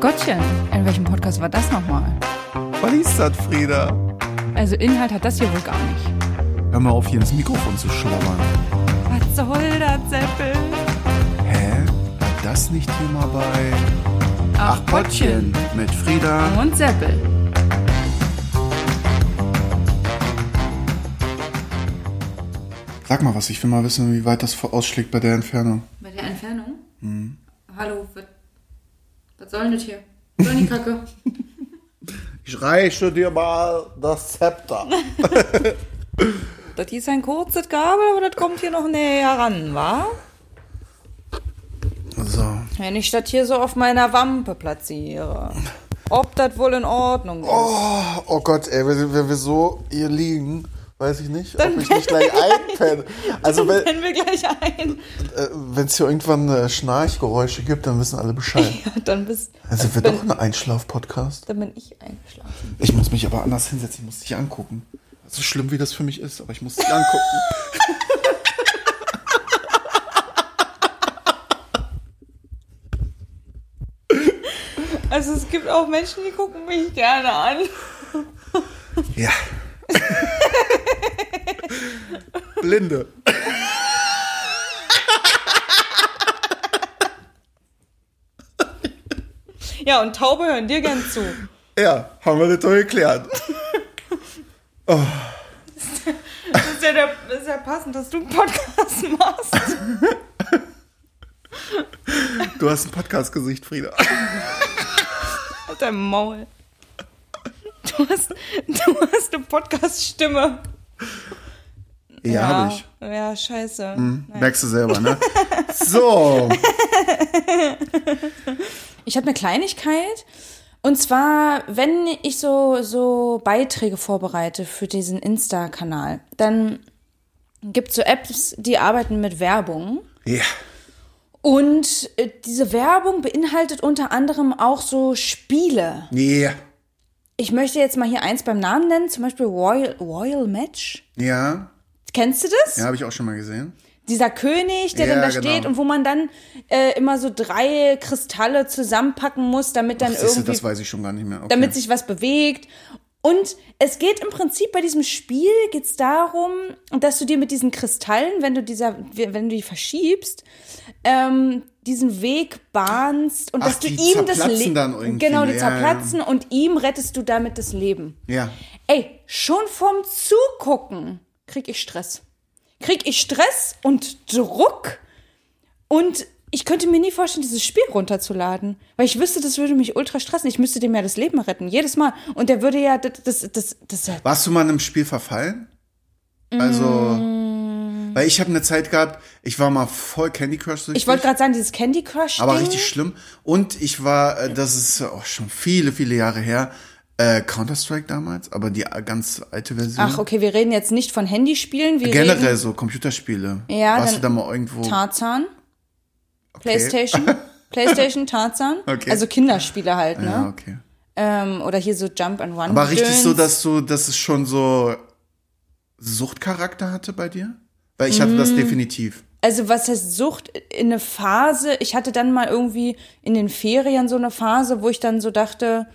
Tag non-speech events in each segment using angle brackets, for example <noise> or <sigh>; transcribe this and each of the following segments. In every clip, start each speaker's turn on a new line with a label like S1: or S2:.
S1: Gottchen, in welchem Podcast war das nochmal?
S2: Was ist das, Frieda?
S1: Also Inhalt hat das hier wohl gar nicht.
S2: Hör mal auf, hier ins Mikrofon zu schlabbern.
S1: Was soll das, Seppel?
S2: Hä? War das nicht Thema bei... mit Frieda.
S1: Und Seppel.
S2: Sag mal was, ich will mal wissen, wie weit das vor- ausschlägt bei der Entfernung.
S1: Bei der Entfernung? Hallo, was, was soll denn das hier? Was soll die Kacke?
S2: Ich reiche dir mal das Zepter.
S3: <laughs> Das ist ein kurzes Gabel, aber das kommt hier noch näher ran, wa?
S2: So.
S3: Wenn ich das hier so auf meiner Wampe platziere. Ob das wohl in Ordnung ist? Oh,
S2: Oh Gott, ey, wenn, wenn wir so hier liegen, weiß ich nicht, ob ich nicht gleich einpenne. Also wenn
S3: wir gleich ein.
S2: äh, es hier irgendwann äh, Schnarchgeräusche gibt, dann wissen alle Bescheid.
S3: Ja, dann, bist,
S2: Dann sind wir doch ein Einschlaf-Podcast.
S3: dann bin ich eingeschlafen.
S2: Ich muss mich aber anders hinsetzen, ich muss dich angucken. So schlimm wie das für mich ist, aber ich muss dich angucken.
S3: Also es gibt auch Menschen, die gucken mich gerne an.
S2: Ja. <laughs> Blinde.
S3: Ja, und Taube hören dir gern zu.
S2: Ja, haben wir das doch geklärt.
S3: <laughs> Das ist ja, der, das ist ja passend, dass du einen Podcast machst.
S2: Du hast ein Podcast-Gesicht, Frieda.
S3: Auf deinem Halt Maul. Du hast, du hast eine Podcast-Stimme.
S2: Ja, hab ich. Mhm.
S3: Ja, scheiße.
S2: Merkst du selber, <laughs> ne? So.
S3: Ich habe eine Kleinigkeit. Und zwar, wenn ich so, so Beiträge vorbereite für diesen Insta-Kanal, dann gibt es so Apps, die arbeiten mit Werbung.
S2: Ja.
S3: Und äh, diese Werbung beinhaltet unter anderem auch so Spiele.
S2: Ja.
S3: Ich möchte jetzt mal hier eins beim Namen nennen, zum Beispiel Royal, Royal Match.
S2: Ja.
S3: Kennst du das?
S2: Ja, habe ich auch schon mal gesehen.
S3: dieser König, der
S2: Ja,
S3: dann da
S2: genau.
S3: steht und wo man dann äh, immer so drei Kristalle zusammenpacken muss, damit dann
S2: Siehste,
S3: irgendwie,
S2: das weiß ich schon gar nicht mehr. Okay.
S3: damit sich was bewegt. Und es geht im Prinzip bei diesem Spiel geht's darum, dass du dir mit diesen Kristallen, wenn du dieser, wenn du die verschiebst, ähm, diesen Weg bahnst und
S2: Ach,
S3: dass du
S2: die
S3: ihm das
S2: zerplatzen
S3: Leben
S2: dann irgendwie,
S3: genau, die
S2: ja,
S3: zerplatzen und ihm rettest du damit das Leben.
S2: ja.
S3: Ey, schon vom Zugucken krieg ich Stress. Krieg ich Stress und Druck und ich könnte mir nie vorstellen, dieses Spiel runterzuladen, weil ich wüsste, das würde mich ultra stressen. Ich müsste dem ja das Leben retten, jedes Mal. Und der würde ja, das, das, das, das
S2: Warst du mal in einem Spiel verfallen? Also, weil ich habe eine Zeit gehabt, ich war mal voll Candy Crush süchtig.
S3: Mm. ich wollte gerade sagen, dieses Candy Crush.
S2: aber
S3: Ding,
S2: richtig schlimm. Und ich war, äh, das ist auch schon viele, viele Jahre her, äh, Counter-Strike damals, aber die äh, ganz alte Version.
S3: Ach, okay, wir reden jetzt nicht von Handyspielen, wir reden
S2: Generell so Computerspiele.
S3: Ja,
S2: Warst
S3: dann-
S2: du da mal irgendwo?
S3: Tarzan, PlayStation,
S2: <laughs>
S3: PlayStation, Tarzan.
S2: Okay.
S3: Also Kinderspiele halt, ne?
S2: Ja, Ah, okay.
S3: Ähm, oder hier so Jump and Run.
S2: War richtig so,
S3: Gedöns.
S2: dass du, dass es schon so Suchtcharakter hatte bei dir? Weil ich hatte
S3: Mm.
S2: das definitiv.
S3: also was heißt Sucht in eine Phase, ich hatte dann mal irgendwie in den Ferien so eine Phase, wo ich dann so dachte,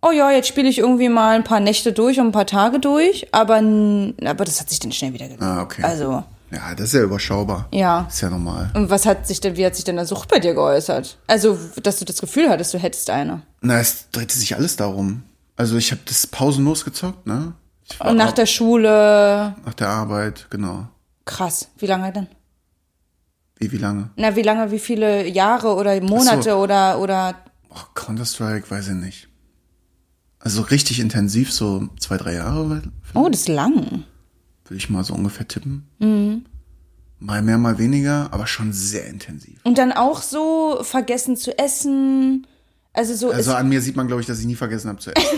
S3: oh ja, jetzt spiele ich irgendwie mal ein paar Nächte durch und ein paar Tage durch, aber n- aber das hat sich dann schnell wieder gelöst.
S2: Ah, okay.
S3: Also,
S2: Ja, das ist ja überschaubar.
S3: ja.
S2: Ist ja normal.
S3: Und was hat sich denn wie hat sich denn eine Sucht bei dir geäußert? Also, dass du das Gefühl hattest, du hättest eine.
S2: Na, es drehte sich alles darum. Also ich habe das pausenlos gezockt, ne? Ich war
S3: Und nach
S2: ab-
S3: der Schule,
S2: nach der Arbeit, genau.
S3: krass, wie lange denn?
S2: Wie, wie lange?
S3: Na, wie lange, wie viele Jahre oder Monate oder oder
S2: Oh, Counter-Strike, weiß ich nicht. Also richtig intensiv, so zwei, drei Jahre, würde
S3: Oh, das ist lang.
S2: ich mal so ungefähr tippen.
S3: Mhm.
S2: Mal mehr, mal weniger, aber schon sehr intensiv.
S3: Und dann auch so vergessen zu essen. Also so
S2: Also an mir sieht man, glaube ich, dass ich nie vergessen habe zu
S3: <laughs>
S2: essen.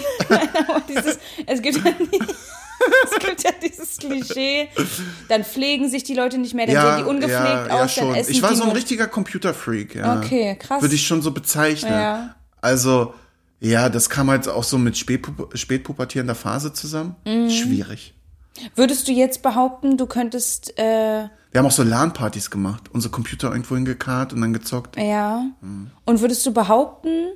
S3: dieses, es gibt ja nie, es gibt ja dieses Klischee, dann pflegen sich die Leute nicht mehr, dann sehen die ungepflegt aus, dann essen
S2: Ich war
S3: die
S2: so ein
S3: nur-
S2: richtiger Computerfreak, ja.
S3: Okay, krass.
S2: Würde ich schon so bezeichnen.
S3: Ja.
S2: Also, ja, das kam halt auch so mit Spätpu spätpubertierender Phase zusammen.
S3: Mhm.
S2: Schwierig.
S3: Würdest du jetzt behaupten, du könntest, äh,
S2: Wir haben auch so LAN-Partys gemacht, unsere Computer irgendwo hingekarrt und dann gezockt.
S3: ja, und würdest du behaupten,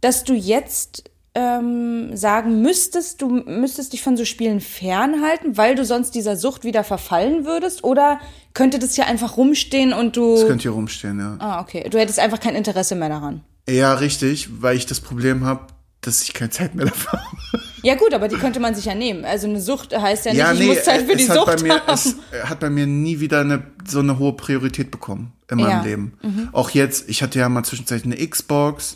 S3: dass du jetzt ähm, sagen müsstest, du müsstest dich von so Spielen fernhalten, weil du sonst dieser Sucht wieder verfallen würdest? Oder könnte das hier einfach rumstehen und
S2: Das
S3: du.
S2: könnt ihr rumstehen, ja.
S3: Ah, okay. Du hättest einfach kein Interesse mehr daran.
S2: Ja, richtig, weil ich das Problem habe, dass ich keine Zeit mehr dafür habe.
S3: Ja, gut, aber die könnte man sich ja nehmen. Also eine Sucht heißt ja nicht, <laughs> ich muss Zeit für
S2: es
S3: die
S2: hat
S3: Sucht
S2: bei mir,
S3: haben.
S2: Es äh, hat bei mir nie wieder eine, so eine hohe Priorität bekommen in meinem
S3: Ja. Mhm.
S2: Leben. Auch jetzt, ich hatte ja mal zwischenzeitlich eine Xbox.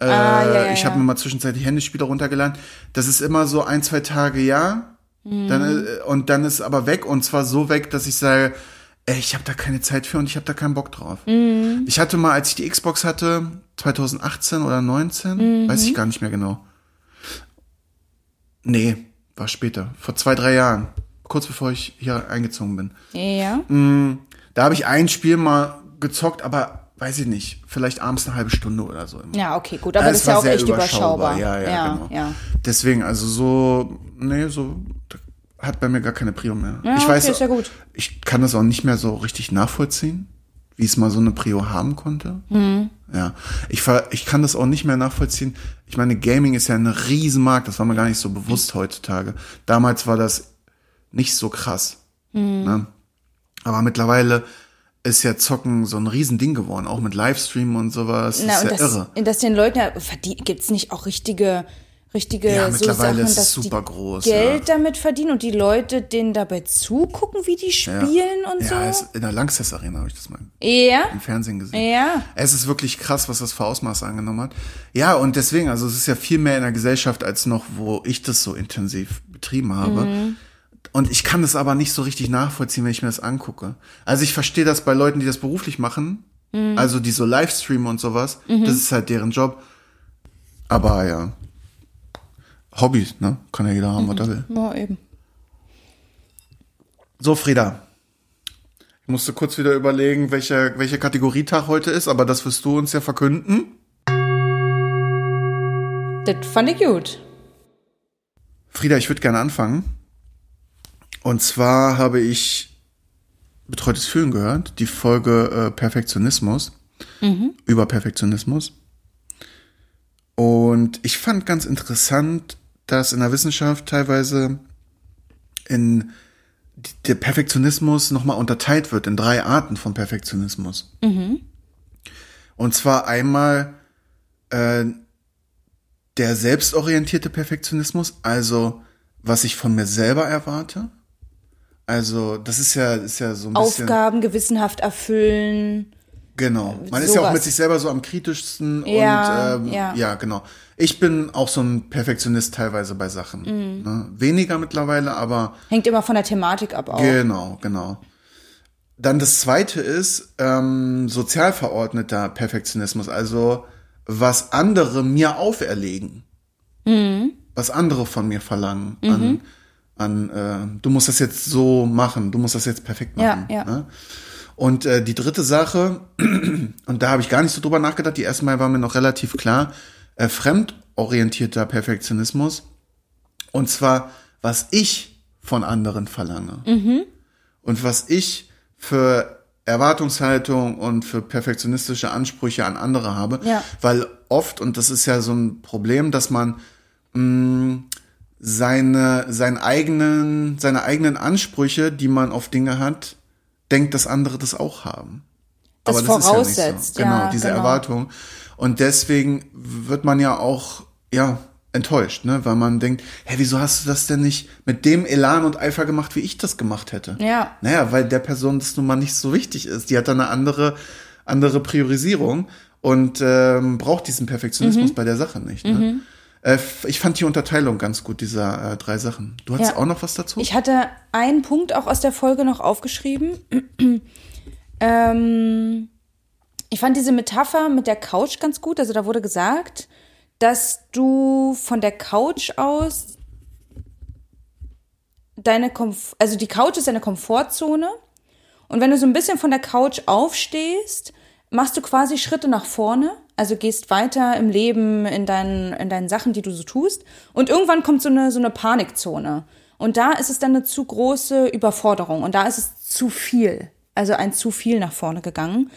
S2: Äh,
S3: Ah, ja, ja,
S2: ich
S3: ja.
S2: habe mir mal zwischenzeitlich Handyspiele runtergeladen. Das ist immer so ein, zwei Tage ja.
S3: Mhm.
S2: Dann, äh, und dann ist aber weg. Und zwar so weg, dass ich sage, ey, ich habe da keine Zeit für und ich habe da keinen Bock drauf.
S3: Mhm.
S2: Ich hatte mal, als ich die Xbox hatte, 2018 oder 19,
S3: Mhm.
S2: weiß ich gar nicht mehr genau. Nee, war später. Vor zwei, drei Jahren. Kurz bevor ich hier eingezogen bin.
S3: Ja.
S2: Da habe ich ein Spiel mal gezockt, aber weiß ich nicht. Vielleicht abends eine halbe Stunde oder so. Immer.
S3: Ja, okay, gut. Aber das, ist ja
S2: war
S3: auch
S2: sehr
S3: echt überschaubar.
S2: Ja, ja, genau.
S3: ja.
S2: Deswegen, also so, nee, so da hat bei mir gar keine Prio mehr.
S3: Ja,
S2: ich
S3: okay,
S2: weiß,
S3: ist ja gut.
S2: ich kann das auch nicht mehr so richtig nachvollziehen, wie es mal so eine Prio haben konnte.
S3: Mhm.
S2: Ja, ich, ver- ich kann das auch nicht mehr nachvollziehen. Ich meine, Gaming ist ja ein Riesenmarkt, das war mir gar nicht so bewusst heutzutage. Damals war das nicht so krass.
S3: Mhm.
S2: Ne? Aber mittlerweile ist ja Zocken so ein Riesending geworden, auch mit Livestream und sowas.
S3: Na,
S2: ist ja
S3: und das,
S2: irre.
S3: dass den Leuten ja, gibt es nicht auch richtige, richtige
S2: Ja,
S3: so
S2: mittlerweile
S3: Sachen,
S2: ist es
S3: dass
S2: super
S3: die
S2: groß,
S3: Geld damit verdienen und die Leute denen dabei zugucken, wie die spielen und
S2: ja,
S3: so?
S2: es, in der Lanxess Arena habe ich das mal
S3: ja,
S2: im Fernsehen gesehen.
S3: Ja.
S2: Es ist wirklich krass, was das für Ausmaße angenommen hat. Ja, und deswegen, also es ist ja viel mehr in der Gesellschaft als noch, wo ich das so intensiv betrieben habe.
S3: Mhm.
S2: Und ich kann das aber nicht so richtig nachvollziehen, wenn ich mir das angucke. Also ich verstehe das bei Leuten, die das beruflich machen,
S3: Mhm.
S2: also die so Livestreamen und sowas, das ist halt deren Job. Aber ja, Hobbys, ne? Kann ja jeder haben,
S3: Mhm.
S2: was er will.
S3: ja, eben.
S2: So, Frieda. Ich musste kurz wieder überlegen, welcher welche Kategorietag heute ist, aber das wirst du uns ja verkünden.
S3: Das fand ich gut.
S2: Frieda, ich würde gerne anfangen. Und zwar habe ich Betreutes Fühlen gehört, die Folge äh, Perfektionismus, über Perfektionismus. Und ich fand ganz interessant, dass in der Wissenschaft teilweise in die- der Perfektionismus nochmal unterteilt wird in drei Arten von Perfektionismus. Und zwar einmal äh, der selbstorientierte Perfektionismus, also was ich von mir selber erwarte. Also das ist ja, ist ja so ein bisschen...
S3: Aufgaben gewissenhaft erfüllen.
S2: Genau. Man ist ja auch
S3: sowas.
S2: mit sich selber so am kritischsten
S3: Ja,
S2: und ähm, ja.
S3: ja.
S2: genau. Ich bin auch so ein Perfektionist teilweise bei Sachen.
S3: Mhm.
S2: Ne? Weniger mittlerweile, aber
S3: Hängt immer von der Thematik ab auch.
S2: genau, genau. Dann das zweite ist ähm, sozial verordneter Perfektionismus, also was andere mir auferlegen.
S3: Mhm.
S2: Was andere von mir verlangen an, an äh, du musst das jetzt so machen, du musst das jetzt perfekt
S3: Ja,
S2: machen.
S3: ja.
S2: Ne? Und äh, die dritte Sache, <clears throat> und da habe ich gar nicht so drüber nachgedacht, die erste Mal war mir noch relativ klar, äh, fremdorientierter Perfektionismus. Und zwar, was ich von anderen verlange.
S3: Mhm.
S2: Und was ich für Erwartungshaltung und für perfektionistische Ansprüche an andere habe.
S3: Ja.
S2: Weil oft, und das ist ja so ein Problem, dass man mm, seine, seinen eigenen, seine eigenen Ansprüche, die man auf Dinge hat, denkt, dass andere das auch haben.
S3: Das
S2: nicht
S3: voraussetzt,
S2: so. Genau,
S3: ja,
S2: diese
S3: genau.
S2: Erwartung. Und deswegen wird man ja auch, ja, enttäuscht, ne? Weil man denkt, hä, wieso hast du das denn nicht mit dem Elan und Eifer gemacht, wie ich das gemacht hätte?
S3: Ja.
S2: Naja, weil der Person das nun mal nicht so wichtig ist. Die hat da eine andere, andere Priorisierung und ähm, braucht diesen
S3: Mhm.
S2: Perfektionismus bei der Sache nicht. Ne? Äh, f- ich fand die Unterteilung ganz gut, dieser äh, drei Sachen. Du hattest
S3: Ja.
S2: auch noch was dazu?
S3: Ich hatte einen Punkt auch aus der Folge noch aufgeschrieben. <clears throat> ähm, ich fand diese Metapher mit der Couch ganz gut. Also da wurde gesagt, dass du von der Couch aus deine Komf also die Couch ist deine Komfortzone und wenn du so ein bisschen von der Couch aufstehst, machst du quasi Schritte nach vorne, also gehst weiter im Leben, in deinen, in deinen Sachen, die du so tust. Und irgendwann kommt so eine, so eine Panikzone. Und da ist es dann eine zu große Überforderung und da ist es zu viel, also ein zu viel nach vorne gegangen.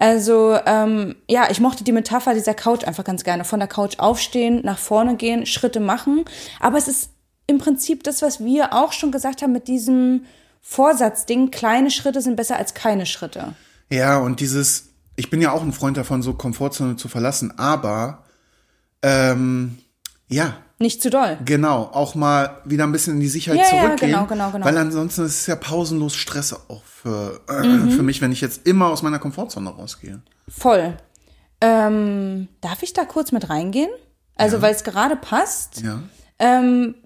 S3: Also, ähm, ja, ich mochte die Metapher dieser Couch einfach ganz gerne. Von der Couch aufstehen, nach vorne gehen, Schritte machen. Aber es ist im Prinzip das, was wir auch schon gesagt haben mit diesem Vorsatzding. Kleine Schritte sind besser als keine Schritte.
S2: Ja, und dieses, ich bin ja auch ein Freund davon, so Komfortzone zu verlassen, aber ähm, ja,
S3: Nicht zu doll.
S2: genau, auch mal wieder ein bisschen in die Sicherheit
S3: Ja, ja,
S2: zurückgehen.
S3: genau, genau, genau.
S2: Weil ansonsten ist es ja pausenlos Stress auch für, äh,
S3: Mhm.
S2: für mich, wenn ich jetzt immer aus meiner Komfortzone rausgehe.
S3: Voll. Ähm, darf ich da kurz mit reingehen? Also, weil es gerade passt,
S2: Ja.
S3: ähm,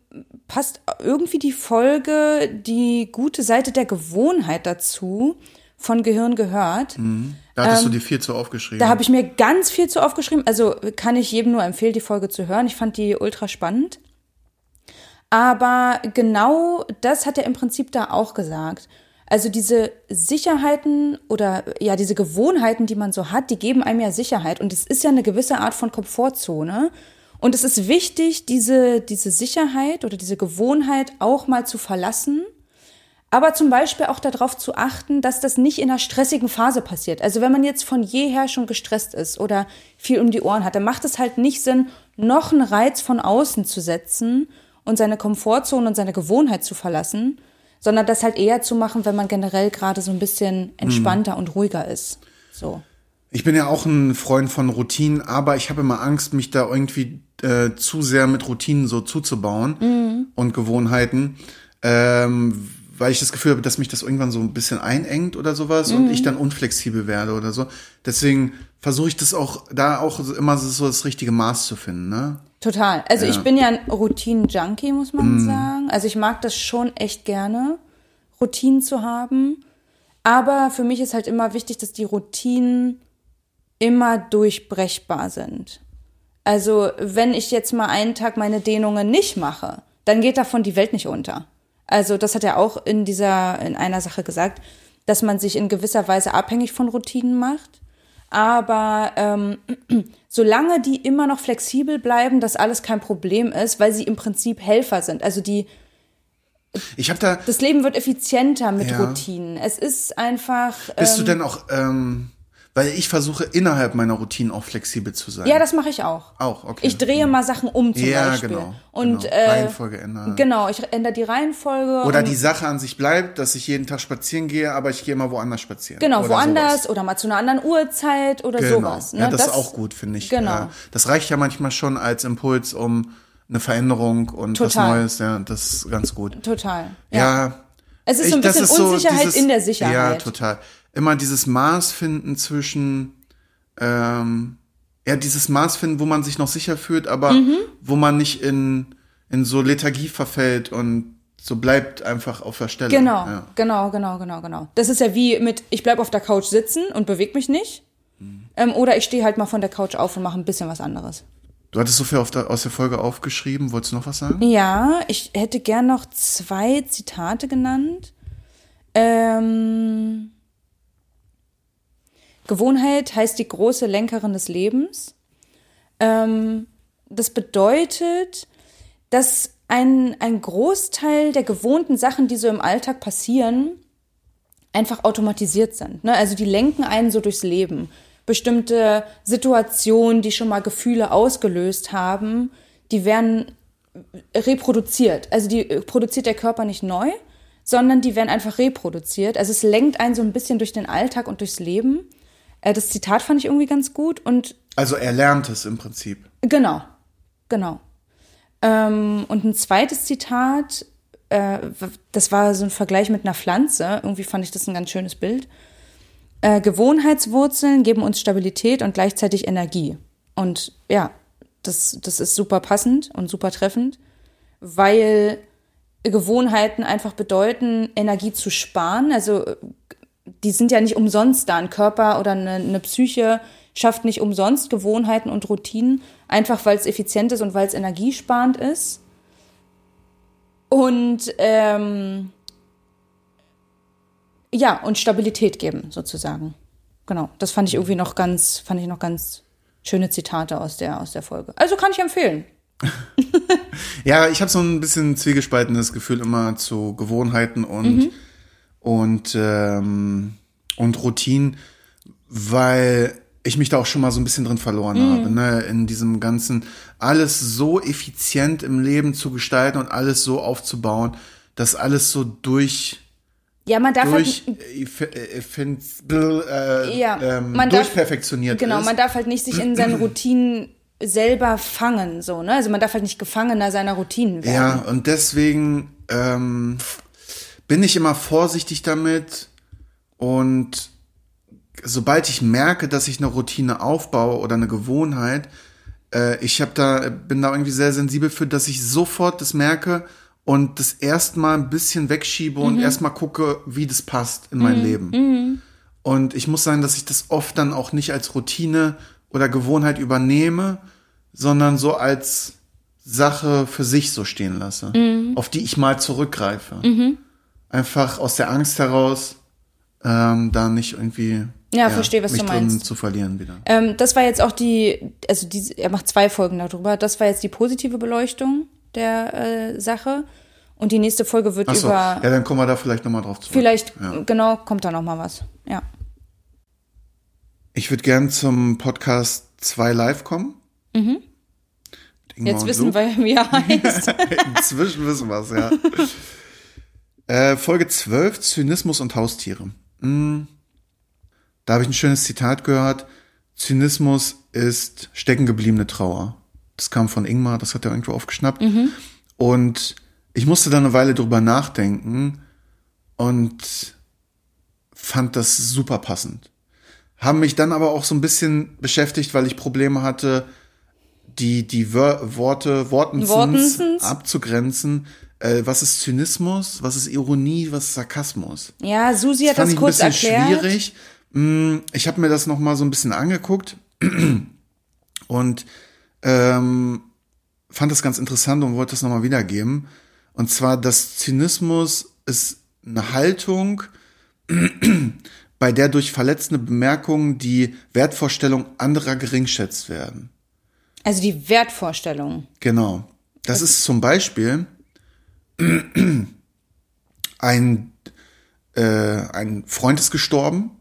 S3: passt irgendwie die Folge, die gute Seite der Gewohnheit dazu, von Gehirn gehört.
S2: Da hattest du dir viel zu aufgeschrieben.
S3: Ähm, Da habe ich mir ganz viel zu aufgeschrieben. Also kann ich jedem nur empfehlen, die Folge zu hören. Ich fand die ultra spannend. Aber genau das hat er im Prinzip da auch gesagt. Also diese Sicherheiten oder ja, diese Gewohnheiten, die man so hat, die geben einem ja Sicherheit. Und es ist ja eine gewisse Art von Komfortzone. Und es ist wichtig, diese, diese Sicherheit oder diese Gewohnheit auch mal zu verlassen. Aber zum Beispiel auch darauf zu achten, dass das nicht in einer stressigen Phase passiert. Also wenn man jetzt von jeher schon gestresst ist oder viel um die Ohren hat, dann macht es halt nicht Sinn, noch einen Reiz von außen zu setzen und seine Komfortzone und seine Gewohnheit zu verlassen, sondern das halt eher zu machen, wenn man generell gerade so ein bisschen entspannter und ruhiger ist. So.
S2: Ich bin ja auch ein Freund von Routinen, aber ich habe immer Angst, mich da irgendwie äh, zu sehr mit Routinen so zuzubauen
S3: Mhm.
S2: und Gewohnheiten, ähm, weil ich das Gefühl habe, dass mich das irgendwann so ein bisschen einengt oder sowas und
S3: Mhm.
S2: ich dann unflexibel werde oder so. Deswegen versuche ich das auch, da auch so immer so das richtige Maß zu finden, ne?
S3: Total. Also ich bin ja ein Routinen-Junkie, muss man sagen. Also ich mag das schon echt gerne, Routinen zu haben. Aber für mich ist halt immer wichtig, dass die Routinen immer durchbrechbar sind. Also wenn ich jetzt mal einen Tag meine Dehnungen nicht mache, dann geht davon die Welt nicht unter. Also das hat er auch in dieser, in einer Sache gesagt, dass man sich in gewisser Weise abhängig von Routinen macht. Aber ähm, solange die immer noch flexibel bleiben, dass alles kein Problem ist, weil sie im Prinzip Helfer sind. Also die,
S2: Ich habe da,
S3: das Leben wird effizienter mit
S2: Ja.
S3: Routinen. Es ist einfach.
S2: bist
S3: Ähm,
S2: du denn auch, ähm, weil ich versuche innerhalb meiner Routinen auch flexibel zu sein.
S3: ja, das mache ich auch.
S2: Auch, okay.
S3: Ich drehe mal Sachen um zum
S2: Ja,
S3: Beispiel.
S2: genau,
S3: Und
S2: genau.
S3: Äh,
S2: Reihenfolge ändern.
S3: Genau, ich ändere die Reihenfolge.
S2: oder
S3: und-
S2: die Sache an sich bleibt, dass ich jeden Tag spazieren gehe, aber ich gehe immer woanders spazieren.
S3: Genau,
S2: oder
S3: woanders
S2: sowas. Genau.
S3: oder mal zu einer anderen Uhrzeit oder sowas. Ne?
S2: Ja, das, ist auch gut, finde ich.
S3: Genau.
S2: Ja, das reicht ja manchmal schon als Impuls um eine Veränderung und was
S3: Total.
S2: Neues. Ja, das ist ganz gut.
S3: Total.
S2: Ja.
S3: Es ist so ein
S2: das
S3: bisschen
S2: ist so
S3: Unsicherheit
S2: dieses-
S3: in der Sicherheit.
S2: Ja, total. Immer dieses Maß finden zwischen, ähm, ja, dieses Maß finden, wo man sich noch sicher fühlt, aber
S3: Mhm.
S2: wo man nicht in, in so Lethargie verfällt und so bleibt einfach auf der Stelle.
S3: Genau,
S2: Ja.
S3: genau, genau, genau, genau. Das ist ja wie mit, ich bleibe auf der Couch sitzen und bewege mich nicht. Ähm, oder ich stehe halt mal von der Couch auf und mache ein bisschen was anderes.
S2: Du hattest so viel auf der, aus der Folge aufgeschrieben. Wolltest du noch was sagen?
S3: Ja, ich hätte gern noch zwei Zitate genannt. Ähm, Gewohnheit heißt die große Lenkerin des Lebens. Ähm, das bedeutet, dass ein, ein Großteil der gewohnten Sachen, die so im Alltag passieren, einfach automatisiert sind. Ne? Also die lenken einen so durchs Leben. Bestimmte Situationen, die schon mal Gefühle ausgelöst haben, die werden reproduziert. Also die äh, produziert der Körper nicht neu, sondern die werden einfach reproduziert. Also es lenkt einen so ein bisschen durch den Alltag und durchs Leben. Äh, Das Zitat fand ich irgendwie ganz gut und
S2: Also er lernt es im Prinzip.
S3: Genau, genau. Ähm, und ein zweites Zitat, äh, w- das war so ein Vergleich mit einer Pflanze. Irgendwie fand ich das ein ganz schönes Bild. Äh, Gewohnheitswurzeln geben uns Stabilität und gleichzeitig Energie. Und ja, das, das ist super passend und super treffend, weil Gewohnheiten einfach bedeuten, Energie zu sparen. Also äh, die sind ja nicht umsonst da. Ein Körper oder eine, eine Psyche schafft nicht umsonst Gewohnheiten und Routinen, einfach weil es effizient ist und weil es energiesparend ist. Und ähm, ja, und Stabilität geben, sozusagen. Genau. Das fand ich irgendwie noch ganz, fand ich noch ganz schöne Zitate aus der, aus der Folge. Also kann ich empfehlen.
S2: Ja, ich habe so ein bisschen zwiegespaltenes Gefühl immer zu
S3: Mhm.
S2: Gewohnheiten und und ähm, und Routinen, weil ich mich da auch schon mal so ein bisschen drin verloren
S3: Mhm.
S2: habe, ne? in diesem ganzen, alles so effizient im Leben zu gestalten und alles so aufzubauen, dass alles so durch,
S3: Ja, man darf
S2: durch,
S3: halt.
S2: äh, äh, finds- bl- äh,
S3: Ja,
S2: ähm,
S3: man darf-
S2: durchperfektioniert
S3: Genau,
S2: ist.
S3: man darf halt nicht sich in seinen Routinen selber fangen, so, ne? Also man darf halt nicht Gefangener seiner Routinen werden.
S2: Ja, und deswegen ähm, bin ich immer vorsichtig damit und sobald ich merke, dass ich eine Routine aufbaue oder eine Gewohnheit, äh, ich hab da, bin da irgendwie sehr sensibel für, dass ich sofort das merke und das erstmal ein bisschen wegschiebe und erstmal gucke, wie das passt in mein Leben. Und ich muss sagen, dass ich das oft dann auch nicht als Routine oder Gewohnheit übernehme, sondern so als Sache für sich so stehen lasse,
S3: Mhm.
S2: auf die ich mal zurückgreife. Einfach aus der Angst heraus, ähm, da nicht irgendwie
S3: Ja, verstehe, was
S2: mich
S3: du
S2: drin
S3: meinst.
S2: zu verlieren wieder.
S3: Ähm, das war jetzt auch die, also die, er macht zwei Folgen darüber. Das war jetzt die positive Beleuchtung der äh, Sache. Und die nächste Folge wird
S2: Achso, ja,
S3: über.
S2: dann kommen wir da vielleicht nochmal drauf zurück.
S3: vielleicht,
S2: Ja.
S3: genau, kommt da nochmal was. Ja.
S2: Ich würde gern zum Podcast 2 live kommen. Mhm.
S3: Jetzt wissen wir, <laughs> wie er heißt.
S2: Inzwischen wissen wir es, ja. äh, Folge 12, Zynismus und Haustiere. Hm. Da habe ich ein schönes Zitat gehört. Zynismus ist steckengebliebene Trauer. Das kam von Ingmar, das hat er irgendwo aufgeschnappt. Und ich musste da eine Weile drüber nachdenken und fand das super passend. Haben mich dann aber auch so ein bisschen beschäftigt, weil ich Probleme hatte, die, die Wör Worte, Wortensens
S3: Wortensens.
S2: abzugrenzen. Äh, was ist Zynismus? Was ist Ironie? Was ist Sarkasmus?
S3: ja, Susi hat das,
S2: fand ich
S3: kurz
S2: ein bisschen
S3: erklärt.
S2: schwierig. Hm, Ich habe mir das noch mal so ein bisschen angeguckt <clears throat> und ähm, fand das ganz interessant und wollte das noch mal wiedergeben. Und zwar, dass Zynismus ist eine Haltung, <clears throat> bei der durch verletzende Bemerkungen die Wertvorstellung anderer geringschätzt werden.
S3: Also die Wertvorstellung.
S2: Genau. Das ist zum Beispiel ein, äh, ein Freund ist gestorben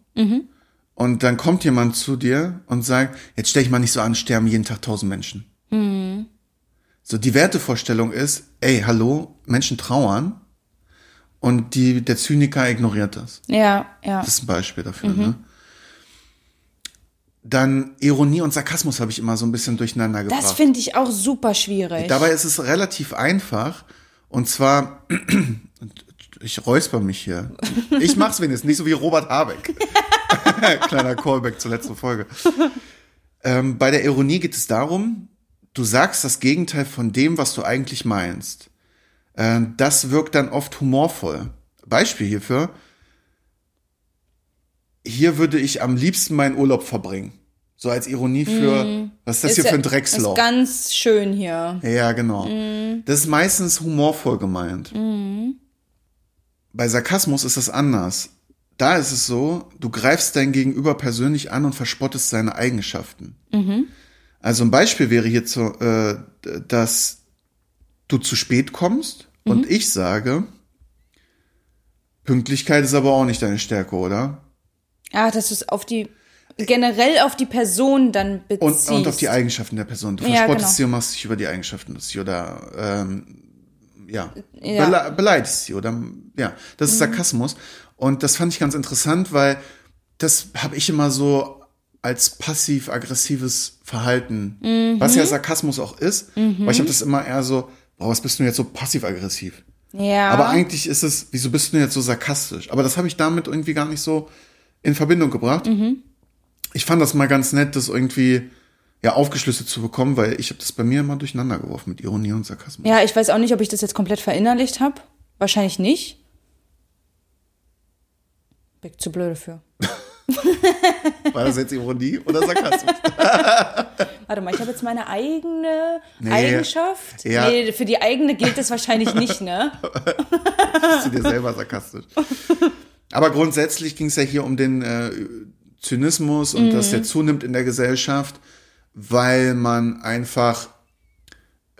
S2: und dann kommt jemand zu dir und sagt, jetzt stell ich mal nicht so an, sterben jeden Tag tausend Menschen. So, die Wertevorstellung ist, ey, hallo, Menschen trauern und die, der Zyniker ignoriert das.
S3: Ja, ja.
S2: Das ist ein Beispiel dafür, ne? Dann Ironie und Sarkasmus habe ich immer so ein bisschen durcheinander gebracht.
S3: Das finde ich auch super schwierig.
S2: Dabei ist es relativ einfach. Und zwar, <clears throat> und ich räusper mich hier. Ich mach's wenigstens, nicht so wie Robert Habeck. <laughs> Kleiner Callback zur letzten Folge. Ähm, bei der Ironie geht es darum, du sagst das Gegenteil von dem, was du eigentlich meinst. Ähm, das wirkt dann oft humorvoll. Beispiel hierfür. Hier würde ich am liebsten meinen Urlaub verbringen. So als Ironie für, was ist das hier für ein
S3: ja-
S2: Drecksloch?
S3: Mhm. Ist ganz schön hier.
S2: Ja, genau. Das ist meistens humorvoll gemeint. Bei Sarkasmus ist das anders. Da ist es so, du greifst dein Gegenüber persönlich an und verspottest seine Eigenschaften. Also ein Beispiel wäre hierzu, äh, dass du zu spät kommst und ich sage, Pünktlichkeit ist aber auch nicht deine Stärke, oder?
S3: Ah, dass du es auf die, generell auf die Person dann
S2: Und,
S3: beziehst.
S2: und auf die Eigenschaften der Person. Du
S3: Ja,
S2: verspottest
S3: genau.
S2: sie und machst dich über die Eigenschaften lustig oder ähm, ja,
S3: Ja. Mhm.
S2: Bele beleidigst sie oder ja, das ist Sarkasmus. Und das fand ich ganz interessant, weil das habe ich immer so als passiv-aggressives Verhalten, was
S3: Mhm.
S2: ja Sarkasmus auch ist, weil ich habe das immer eher so, boah, was bist du jetzt so passiv-aggressiv?
S3: ja.
S2: Aber eigentlich ist es, wieso bist du denn jetzt so sarkastisch? Aber das habe ich damit irgendwie gar nicht so in Verbindung gebracht. Ich fand das mal ganz nett, das irgendwie ja aufgeschlüsselt zu bekommen, weil ich habe das bei mir immer durcheinander geworfen mit Ironie und Sarkasmus.
S3: Ja, ich weiß auch nicht, ob ich das jetzt komplett verinnerlicht habe. Wahrscheinlich nicht. Bin ich zu blöd dafür.
S2: War das jetzt Ironie oder Sarkasmus?
S3: Warte mal, ich habe jetzt meine eigene Eigenschaft.
S2: Ja.
S3: Nee, für die eigene gilt das wahrscheinlich
S2: <laughs>
S3: nicht, ne?
S2: bist du dir selber sarkastisch? Aber grundsätzlich ging es ja hier um den äh, Zynismus und dass der zunimmt in der Gesellschaft, weil man einfach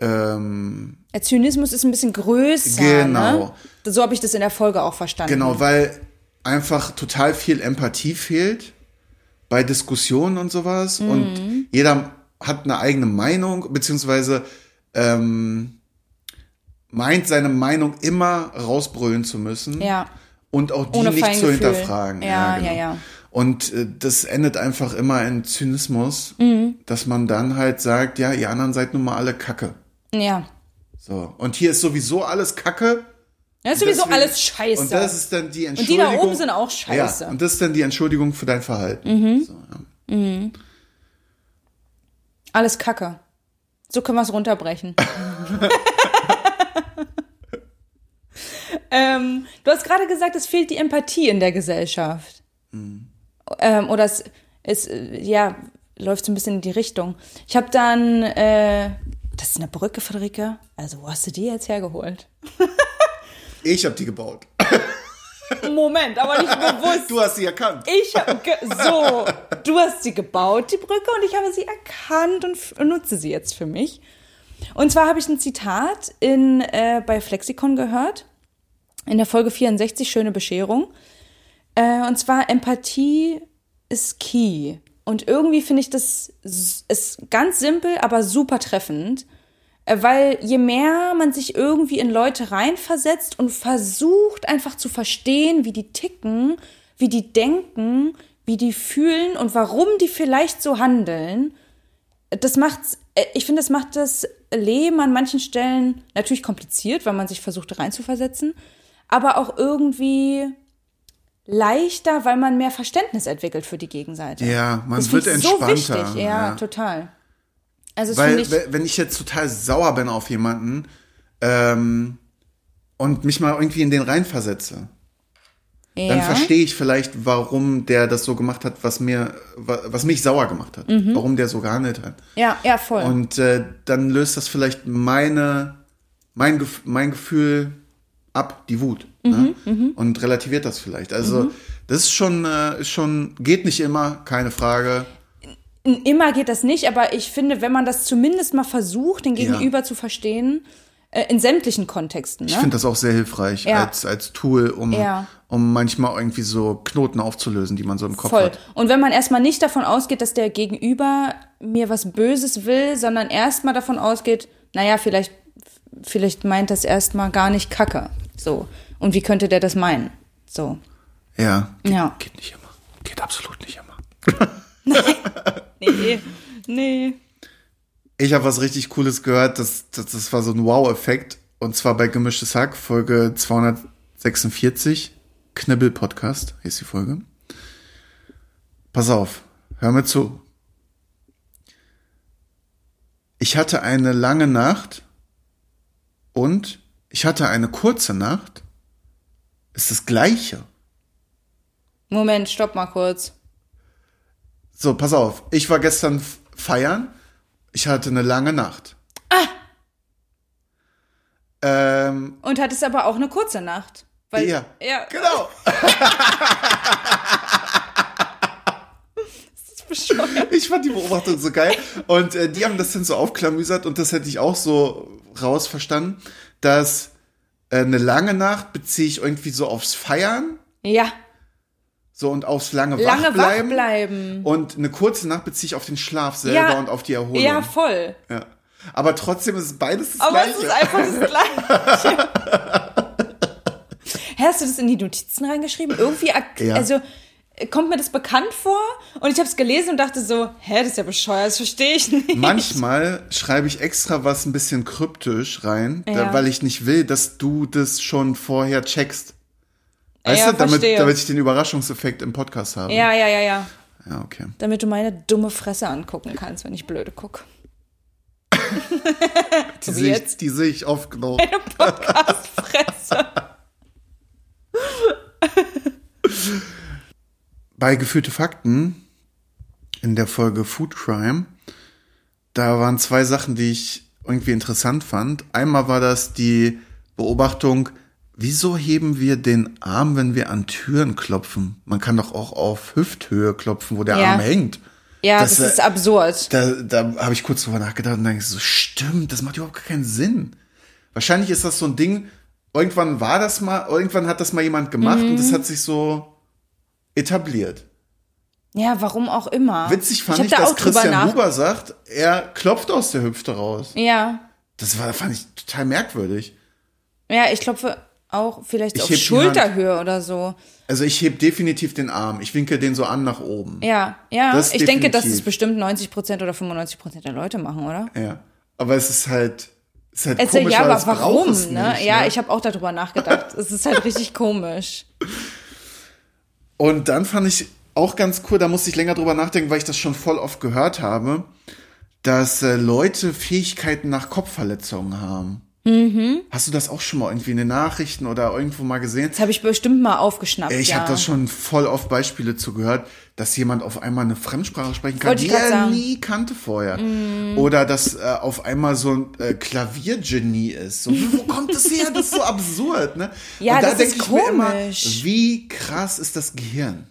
S2: ähm,
S3: Der Zynismus ist ein bisschen größer.
S2: Genau.
S3: Ne? So habe ich das in der Folge auch verstanden.
S2: Genau, weil einfach total viel Empathie fehlt bei Diskussionen und sowas
S3: Mhm.
S2: und jeder hat eine eigene Meinung, beziehungsweise ähm, meint seine Meinung immer rausbrüllen zu müssen
S3: Ja.
S2: und auch die
S3: Ohne
S2: nicht zu
S3: Feingefühl.
S2: hinterfragen.
S3: Ja,
S2: genau.
S3: ja, ja.
S2: Und äh, das endet einfach immer in Zynismus,
S3: Mhm.
S2: dass man dann halt sagt, ja, ihr anderen seid nun mal alle Kacke.
S3: Ja.
S2: So. Und hier ist sowieso alles Kacke.
S3: Das ist sowieso
S2: Deswegen-
S3: alles scheiße.
S2: Und das ist dann die
S3: die
S2: Entschuldigung.
S3: da oben sind auch scheiße. Mhm.
S2: Ja, und das ist dann die Entschuldigung für dein Verhalten. So, ja.
S3: alles Kacke. So können wir es runterbrechen. ähm, du hast gerade gesagt, es fehlt die Empathie in der Gesellschaft. Ähm, oder es, es äh, ja, läuft so ein bisschen in die Richtung. Ich habe dann, äh, das ist eine Brücke, Friederike. Also, wo hast du die jetzt hergeholt?
S2: Ich habe die gebaut.
S3: Moment, aber nicht bewusst.
S2: Du hast sie erkannt.
S3: Ich habe so, du hast sie gebaut, die Brücke, und ich habe sie erkannt und f- nutze sie jetzt für mich. Und zwar habe ich ein Zitat in, äh, bei Flexikon gehört, in der Folge 64, Schöne Bescherung. Äh, und zwar Empathie ist key. Und irgendwie finde ich das s- ist ganz simpel, aber super treffend. Äh, Weil je mehr man sich irgendwie in Leute reinversetzt und versucht einfach zu verstehen, wie die ticken, wie die denken, wie die fühlen und warum die vielleicht so handeln, das macht, ich finde, das macht das Leben an manchen Stellen natürlich kompliziert, weil man sich versucht reinzuversetzen, aber auch irgendwie leichter, weil man mehr Verständnis entwickelt für die Gegenseite.
S2: Ja, man
S3: das find
S2: wird
S3: ich so
S2: entspannter,
S3: wichtig, ja,
S2: ja.
S3: total. Also das
S2: Weil,
S3: finde ich,
S2: we- wenn ich jetzt total sauer bin auf jemanden ähm, und mich mal irgendwie in den reinversetze,
S3: ja.
S2: dann verstehe ich vielleicht, warum der das so gemacht hat, was mir, wa- was mich sauer gemacht hat,
S3: Mhm.
S2: warum der so gehandelt hat.
S3: Ja, ja, voll.
S2: Und äh, dann löst das vielleicht meine, mein, Gef mein Gefühl ab, die Wut. ne?
S3: Mhm,
S2: Und relativiert das vielleicht. Also, das ist schon, äh, ist schon, geht nicht immer, keine Frage.
S3: Immer geht das nicht, aber ich finde, wenn man das zumindest mal versucht, den
S2: Ja.
S3: Gegenüber zu verstehen, äh, in sämtlichen Kontexten,
S2: Ich
S3: ne?
S2: finde das auch sehr hilfreich
S3: Ja.
S2: als, als Tool, um,
S3: Ja.
S2: um manchmal irgendwie so Knoten aufzulösen, die man so im Kopf
S3: Voll.
S2: hat.
S3: Und wenn man erstmal nicht davon ausgeht, dass der Gegenüber mir was Böses will, sondern erstmal davon ausgeht, naja, vielleicht, vielleicht meint das erstmal gar nicht Kacke. So. Und wie könnte der das meinen? So.
S2: Ja.
S3: Ja.
S2: Geht nicht immer. Geht absolut nicht immer.
S3: Nee. Nee.
S2: Ich habe was richtig Cooles gehört, das, das, das war so ein Wow-Effekt. Und zwar bei Gemischtes Hack, Folge 246, Knibbel-Podcast, ist die Folge. Pass auf, hör mir zu. Ich hatte eine lange Nacht und ich hatte eine kurze Nacht. Ist das Gleiche.
S3: Moment, stopp mal kurz.
S2: So, pass auf. Ich war gestern f- feiern. Ich hatte eine lange Nacht. Ah! Ähm,
S3: Und hattest aber auch eine kurze Nacht. Weil,
S2: ja.
S3: ja. <laughs>
S2: Genau. <laughs> Ich fand die Beobachtung so geil. Und äh, die haben das dann so aufklamüsert und das hätte ich auch so rausverstanden, dass äh, eine lange Nacht beziehe ich irgendwie so aufs Feiern,
S3: Ja.
S2: so und aufs lange,
S3: Lange wach
S2: Wachbleiben.
S3: bleiben.
S2: Und eine kurze Nacht beziehe ich auf den Schlaf selber und auf die Erholung.
S3: Ja,
S2: Ja.
S3: voll.
S2: Aber trotzdem ist es beides das
S3: Aber
S2: Gleiche.
S3: es ist einfach
S2: <laughs>
S3: das Gleiche. Hä, Hast du das in die Notizen reingeschrieben? Irgendwie, ak-
S2: Ja.
S3: also äh, kommt mir das bekannt vor und ich habe es gelesen und dachte so, hä, das ist ja bescheuert, das verstehe ich nicht.
S2: Hm. Manchmal schreibe ich extra was ein bisschen kryptisch rein, da,
S3: Ja.
S2: weil ich nicht will, dass du das schon vorher checkst. Weißt du,
S3: Ja,
S2: damit,
S3: verstehe.
S2: damit ich den Überraschungseffekt im Podcast habe.
S3: Ja, ja, ja, ja.
S2: ja okay.
S3: Damit du meine dumme Fresse angucken kannst, wenn ich blöde gucke.
S2: Die
S3: wie
S2: sehe ich,
S3: jetzt?
S2: die sehe ich oft genug.
S3: Podcast-Fresse.
S2: Bei Gefühlte Fakten in der Folge Food Crime, da waren zwei Sachen, die ich irgendwie interessant fand. Einmal war das die Beobachtung, wieso heben wir den Arm, wenn wir an Türen klopfen? Man kann doch auch auf Hüfthöhe klopfen, wo der
S3: Ja.
S2: Arm hängt.
S3: Ja,
S2: Das,
S3: das,
S2: äh,
S3: ist absurd.
S2: Da, da habe ich kurz drüber nachgedacht und denke so, stimmt, das macht überhaupt gar keinen Sinn. Wahrscheinlich ist das so ein Ding, irgendwann war
S3: Mhm.
S2: das mal, irgendwann hat das mal jemand gemacht und das hat sich so etabliert.
S3: Ja, warum auch immer.
S2: Witzig fand
S3: hab
S2: ich,
S3: da
S2: dass
S3: auch drüber
S2: Christian
S3: nach-
S2: Huber sagt, er klopft aus der Hüfte raus.
S3: Ja.
S2: Das war, fand ich total merkwürdig.
S3: Ja, ich klopfe auch vielleicht
S2: Ich
S3: auf
S2: heb die
S3: Schulterhöhe oder so.
S2: Also ich heb definitiv den Arm. Ich winke den so an nach oben.
S3: Ja, ja.
S2: Das
S3: ich denke, dass
S2: definitiv.
S3: es bestimmt 90% oder 95% der Leute machen, oder?
S2: Ja. Aber es ist halt, es ist halt
S3: Also,
S2: komisch,
S3: ja,
S2: weil
S3: aber
S2: es braucht
S3: warum?
S2: es
S3: ne?
S2: nicht,
S3: ja,
S2: ne?
S3: ich habe auch darüber nachgedacht. es ist halt richtig komisch.
S2: Und dann fand ich auch ganz cool, da musste ich länger drüber nachdenken, weil ich das schon voll oft gehört habe, dass äh, Leute Fähigkeiten nach Kopfverletzungen haben.
S3: Mhm.
S2: Hast du das auch schon mal irgendwie in den Nachrichten oder irgendwo mal gesehen?
S3: Das habe ich bestimmt mal aufgeschnappt.
S2: Ich
S3: ja.
S2: habe das schon voll oft Beispiele zu gehört, dass jemand auf einmal eine Fremdsprache sprechen kann,
S3: Wollte
S2: die
S3: ich grad
S2: er
S3: sagen. Mhm.
S2: nie kannte vorher. Oder dass äh, auf einmal so ein äh, Klaviergenie ist. So, wo kommt das her? Das ist so absurd, ne?
S3: Ja,
S2: Und da
S3: das
S2: denk
S3: ist
S2: ich mir immer,
S3: komisch.
S2: wie krass ist das Gehirn?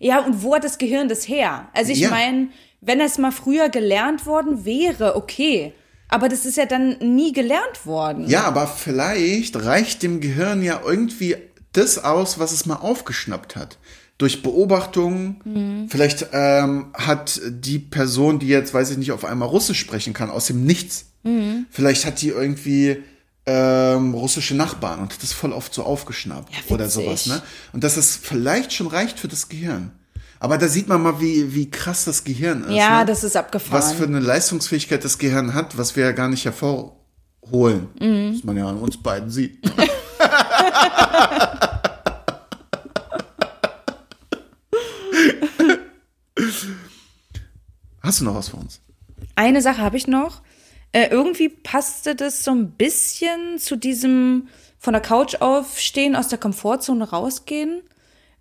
S3: Ja, und wo hat das Gehirn das her? Also ich
S2: Ja.
S3: meine, wenn das mal früher gelernt worden wäre, okay. Aber das ist ja dann nie gelernt worden.
S2: Ja, aber vielleicht reicht dem Gehirn ja irgendwie das aus, was es mal aufgeschnappt hat. Durch Beobachtungen.
S3: Mhm.
S2: Vielleicht ähm, hat die Person, die jetzt, weiß ich nicht, auf einmal Russisch sprechen kann, aus dem Nichts.
S3: Mhm.
S2: Vielleicht hat die irgendwie ähm, russische Nachbarn und hat das voll oft so aufgeschnappt
S3: Ja,
S2: oder
S3: witzig.
S2: sowas. Ne? Und dass es vielleicht schon reicht für das Gehirn. Aber da sieht man mal, wie, wie krass das Gehirn ist.
S3: Ja,
S2: ne?
S3: das ist abgefahren.
S2: was für eine Leistungsfähigkeit das Gehirn hat, was wir ja gar nicht hervorholen. Was man ja an uns beiden sieht. Hast du noch was für uns?
S3: Eine Sache habe ich noch. Äh, irgendwie passte das so ein bisschen zu diesem von der Couch aufstehen, aus der Komfortzone rausgehen.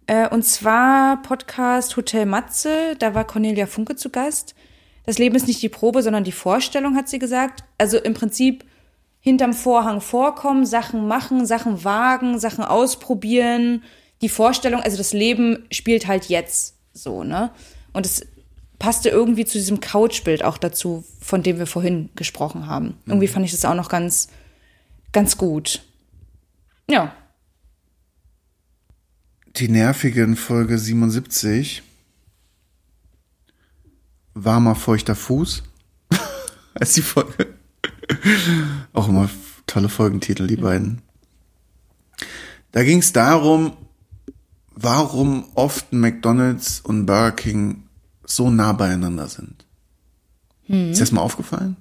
S3: Äh, und zwar Podcast Hotel Matze, da war Cornelia Funke zu Gast. Das Leben ist nicht die Probe, sondern die Vorstellung, hat sie gesagt. Also im Prinzip hinterm Vorhang vorkommen, Sachen machen, Sachen wagen, Sachen ausprobieren. Die Vorstellung, also das Leben spielt halt jetzt so, ne? Und es passte irgendwie zu diesem Couchbild auch dazu, von dem wir vorhin gesprochen haben. Irgendwie fand ich das auch noch ganz, ganz gut. Ja.
S2: Die nervige in Folge 77. Warmer, feuchter Fuß. <laughs> Als die Folge. Auch immer f- tolle Folgentitel, die beiden. Da ging es darum, warum oft McDonalds und Burger King so nah beieinander sind. Ist dir das mal aufgefallen?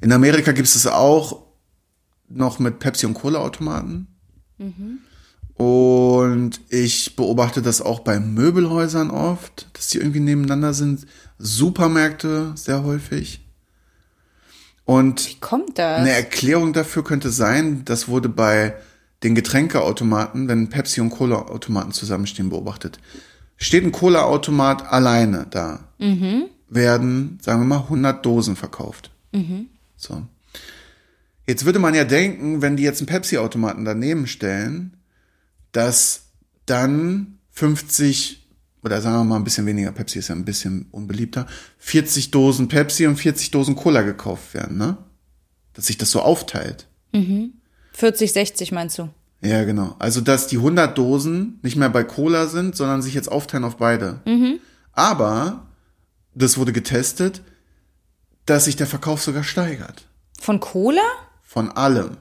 S2: In Amerika gibt es es auch noch mit Pepsi- und Cola-Automaten. Und ich beobachte das auch bei Möbelhäusern oft, dass die irgendwie nebeneinander sind. Supermärkte sehr häufig. Und
S3: Wie kommt das?
S2: eine Erklärung dafür könnte sein, das wurde bei den Getränkeautomaten, wenn Pepsi und Cola-Automaten zusammenstehen, beobachtet. Steht ein Cola-Automat alleine da, werden, sagen wir mal, 100 Dosen verkauft. So. Jetzt würde man ja denken, wenn die jetzt einen Pepsi-Automaten daneben stellen, dass dann 50 oder sagen wir mal ein bisschen weniger, Pepsi ist ja ein bisschen unbeliebter, 40 Dosen Pepsi und 40 Dosen Cola gekauft werden, ne? Dass sich das so aufteilt.
S3: 40, 60 meinst du?
S2: Ja, genau. Also, dass die 100 Dosen nicht mehr bei Cola sind, sondern sich jetzt aufteilen auf beide. Aber, das wurde getestet, dass sich der Verkauf sogar steigert.
S3: Von Cola?
S2: Von allem.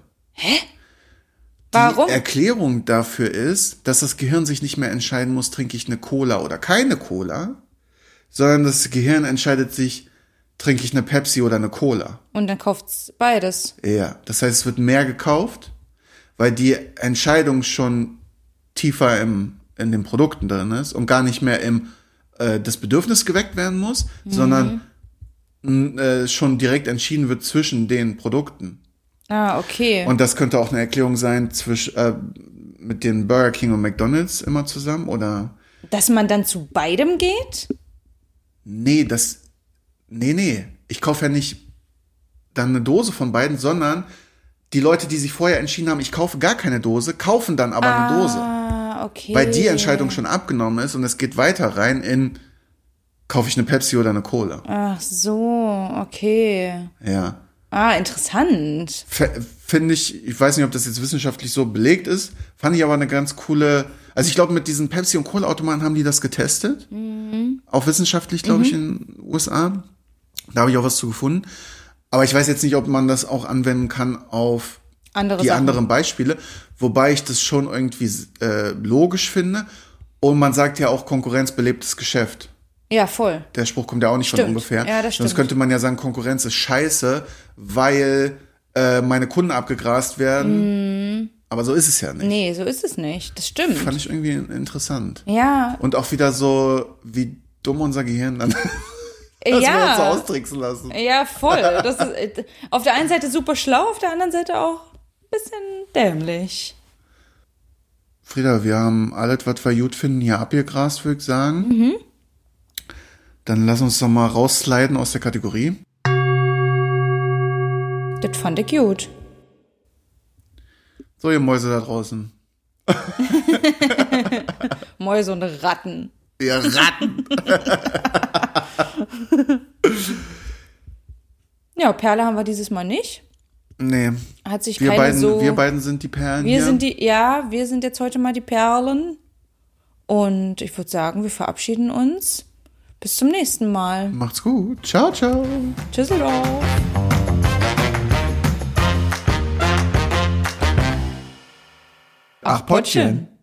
S3: Warum?
S2: Die Erklärung dafür ist, dass das Gehirn sich nicht mehr entscheiden muss, trinke ich eine Cola oder keine Cola, sondern das Gehirn entscheidet sich, trinke ich eine Pepsi oder eine Cola.
S3: Und dann kauft's beides.
S2: Ja, das heißt, es wird mehr gekauft, weil die Entscheidung schon tiefer im, in den Produkten drin ist und gar nicht mehr im äh, das Bedürfnis geweckt werden muss, sondern mh, äh, schon direkt entschieden wird zwischen den Produkten.
S3: Ah, okay.
S2: Und das könnte auch eine Erklärung sein zwischen äh, mit den Burger King und McDonald's immer zusammen oder
S3: Dass man dann zu beidem geht?
S2: nee, das nee, nee, ich kaufe ja nicht dann eine Dose von beiden, sondern die Leute, die sich vorher entschieden haben, ich kaufe gar keine Dose, kaufen dann aber eine Dose,
S3: Ah, okay.
S2: weil die Entscheidung schon abgenommen ist und es geht weiter rein in kaufe ich eine Pepsi oder eine Cola.
S3: Ach so, okay.
S2: Ja.
S3: Ah, interessant.
S2: F- finde ich, ich weiß nicht, ob das jetzt wissenschaftlich so belegt ist, fand ich aber eine ganz coole Also ich glaube, mit diesen Pepsi- und Cola-Automaten haben die das getestet.
S3: Mhm.
S2: Auch wissenschaftlich, glaube ich, in den USA. Da habe ich auch was zu gefunden. Aber ich weiß jetzt nicht, ob man das auch anwenden kann auf
S3: Andere
S2: die
S3: Sachen.
S2: anderen Beispiele. Wobei ich das schon irgendwie äh, logisch finde. Und man sagt ja auch, Konkurrenz belebtes Geschäft.
S3: Ja, voll.
S2: Der Spruch kommt ja auch nicht von
S3: Stimmt.
S2: ungefähr.
S3: Ja, das
S2: Sonst
S3: stimmt.
S2: könnte man ja sagen, Konkurrenz ist scheiße, weil äh, meine Kunden abgegrast werden.
S3: Mhm.
S2: Aber so ist es ja nicht.
S3: Nee, so ist es nicht. Das
S2: <laughs>
S3: stimmt.
S2: Fand ich irgendwie interessant.
S3: ja,
S2: Und auch wieder so, wie dumm unser Gehirn dann, <laughs> dass wir uns so
S3: ja.
S2: austricksen lassen. <laughs>
S3: Ja, voll. Das ist äh, auf der einen Seite super schlau, auf der anderen Seite auch ein bisschen dämlich.
S2: Frieda, wir haben alles, was wir gut finden, hier abgegrast, würde ich sagen.
S3: Mhm.
S2: Dann lass uns doch mal raussliden aus der Kategorie.
S3: Das fand ich gut.
S2: So, ihr Mäuse da draußen.
S3: Mäuse und Ratten.
S2: Ihr
S3: <laughs>
S2: Ratten.
S3: Ja, Perle haben wir dieses Mal nicht.
S2: nee.
S3: Hat sich
S2: Wir
S3: keine
S2: beiden,
S3: so.
S2: wir beiden sind die Perlen
S3: Wir
S2: hier.
S3: sind die, ja, wir sind jetzt heute mal die Perlen. Und ich würde sagen, wir verabschieden uns. Bis zum nächsten Mal.
S2: Macht's gut. Ciao, ciao.
S3: Tschüsseldorf.
S2: Ach, Pottchen.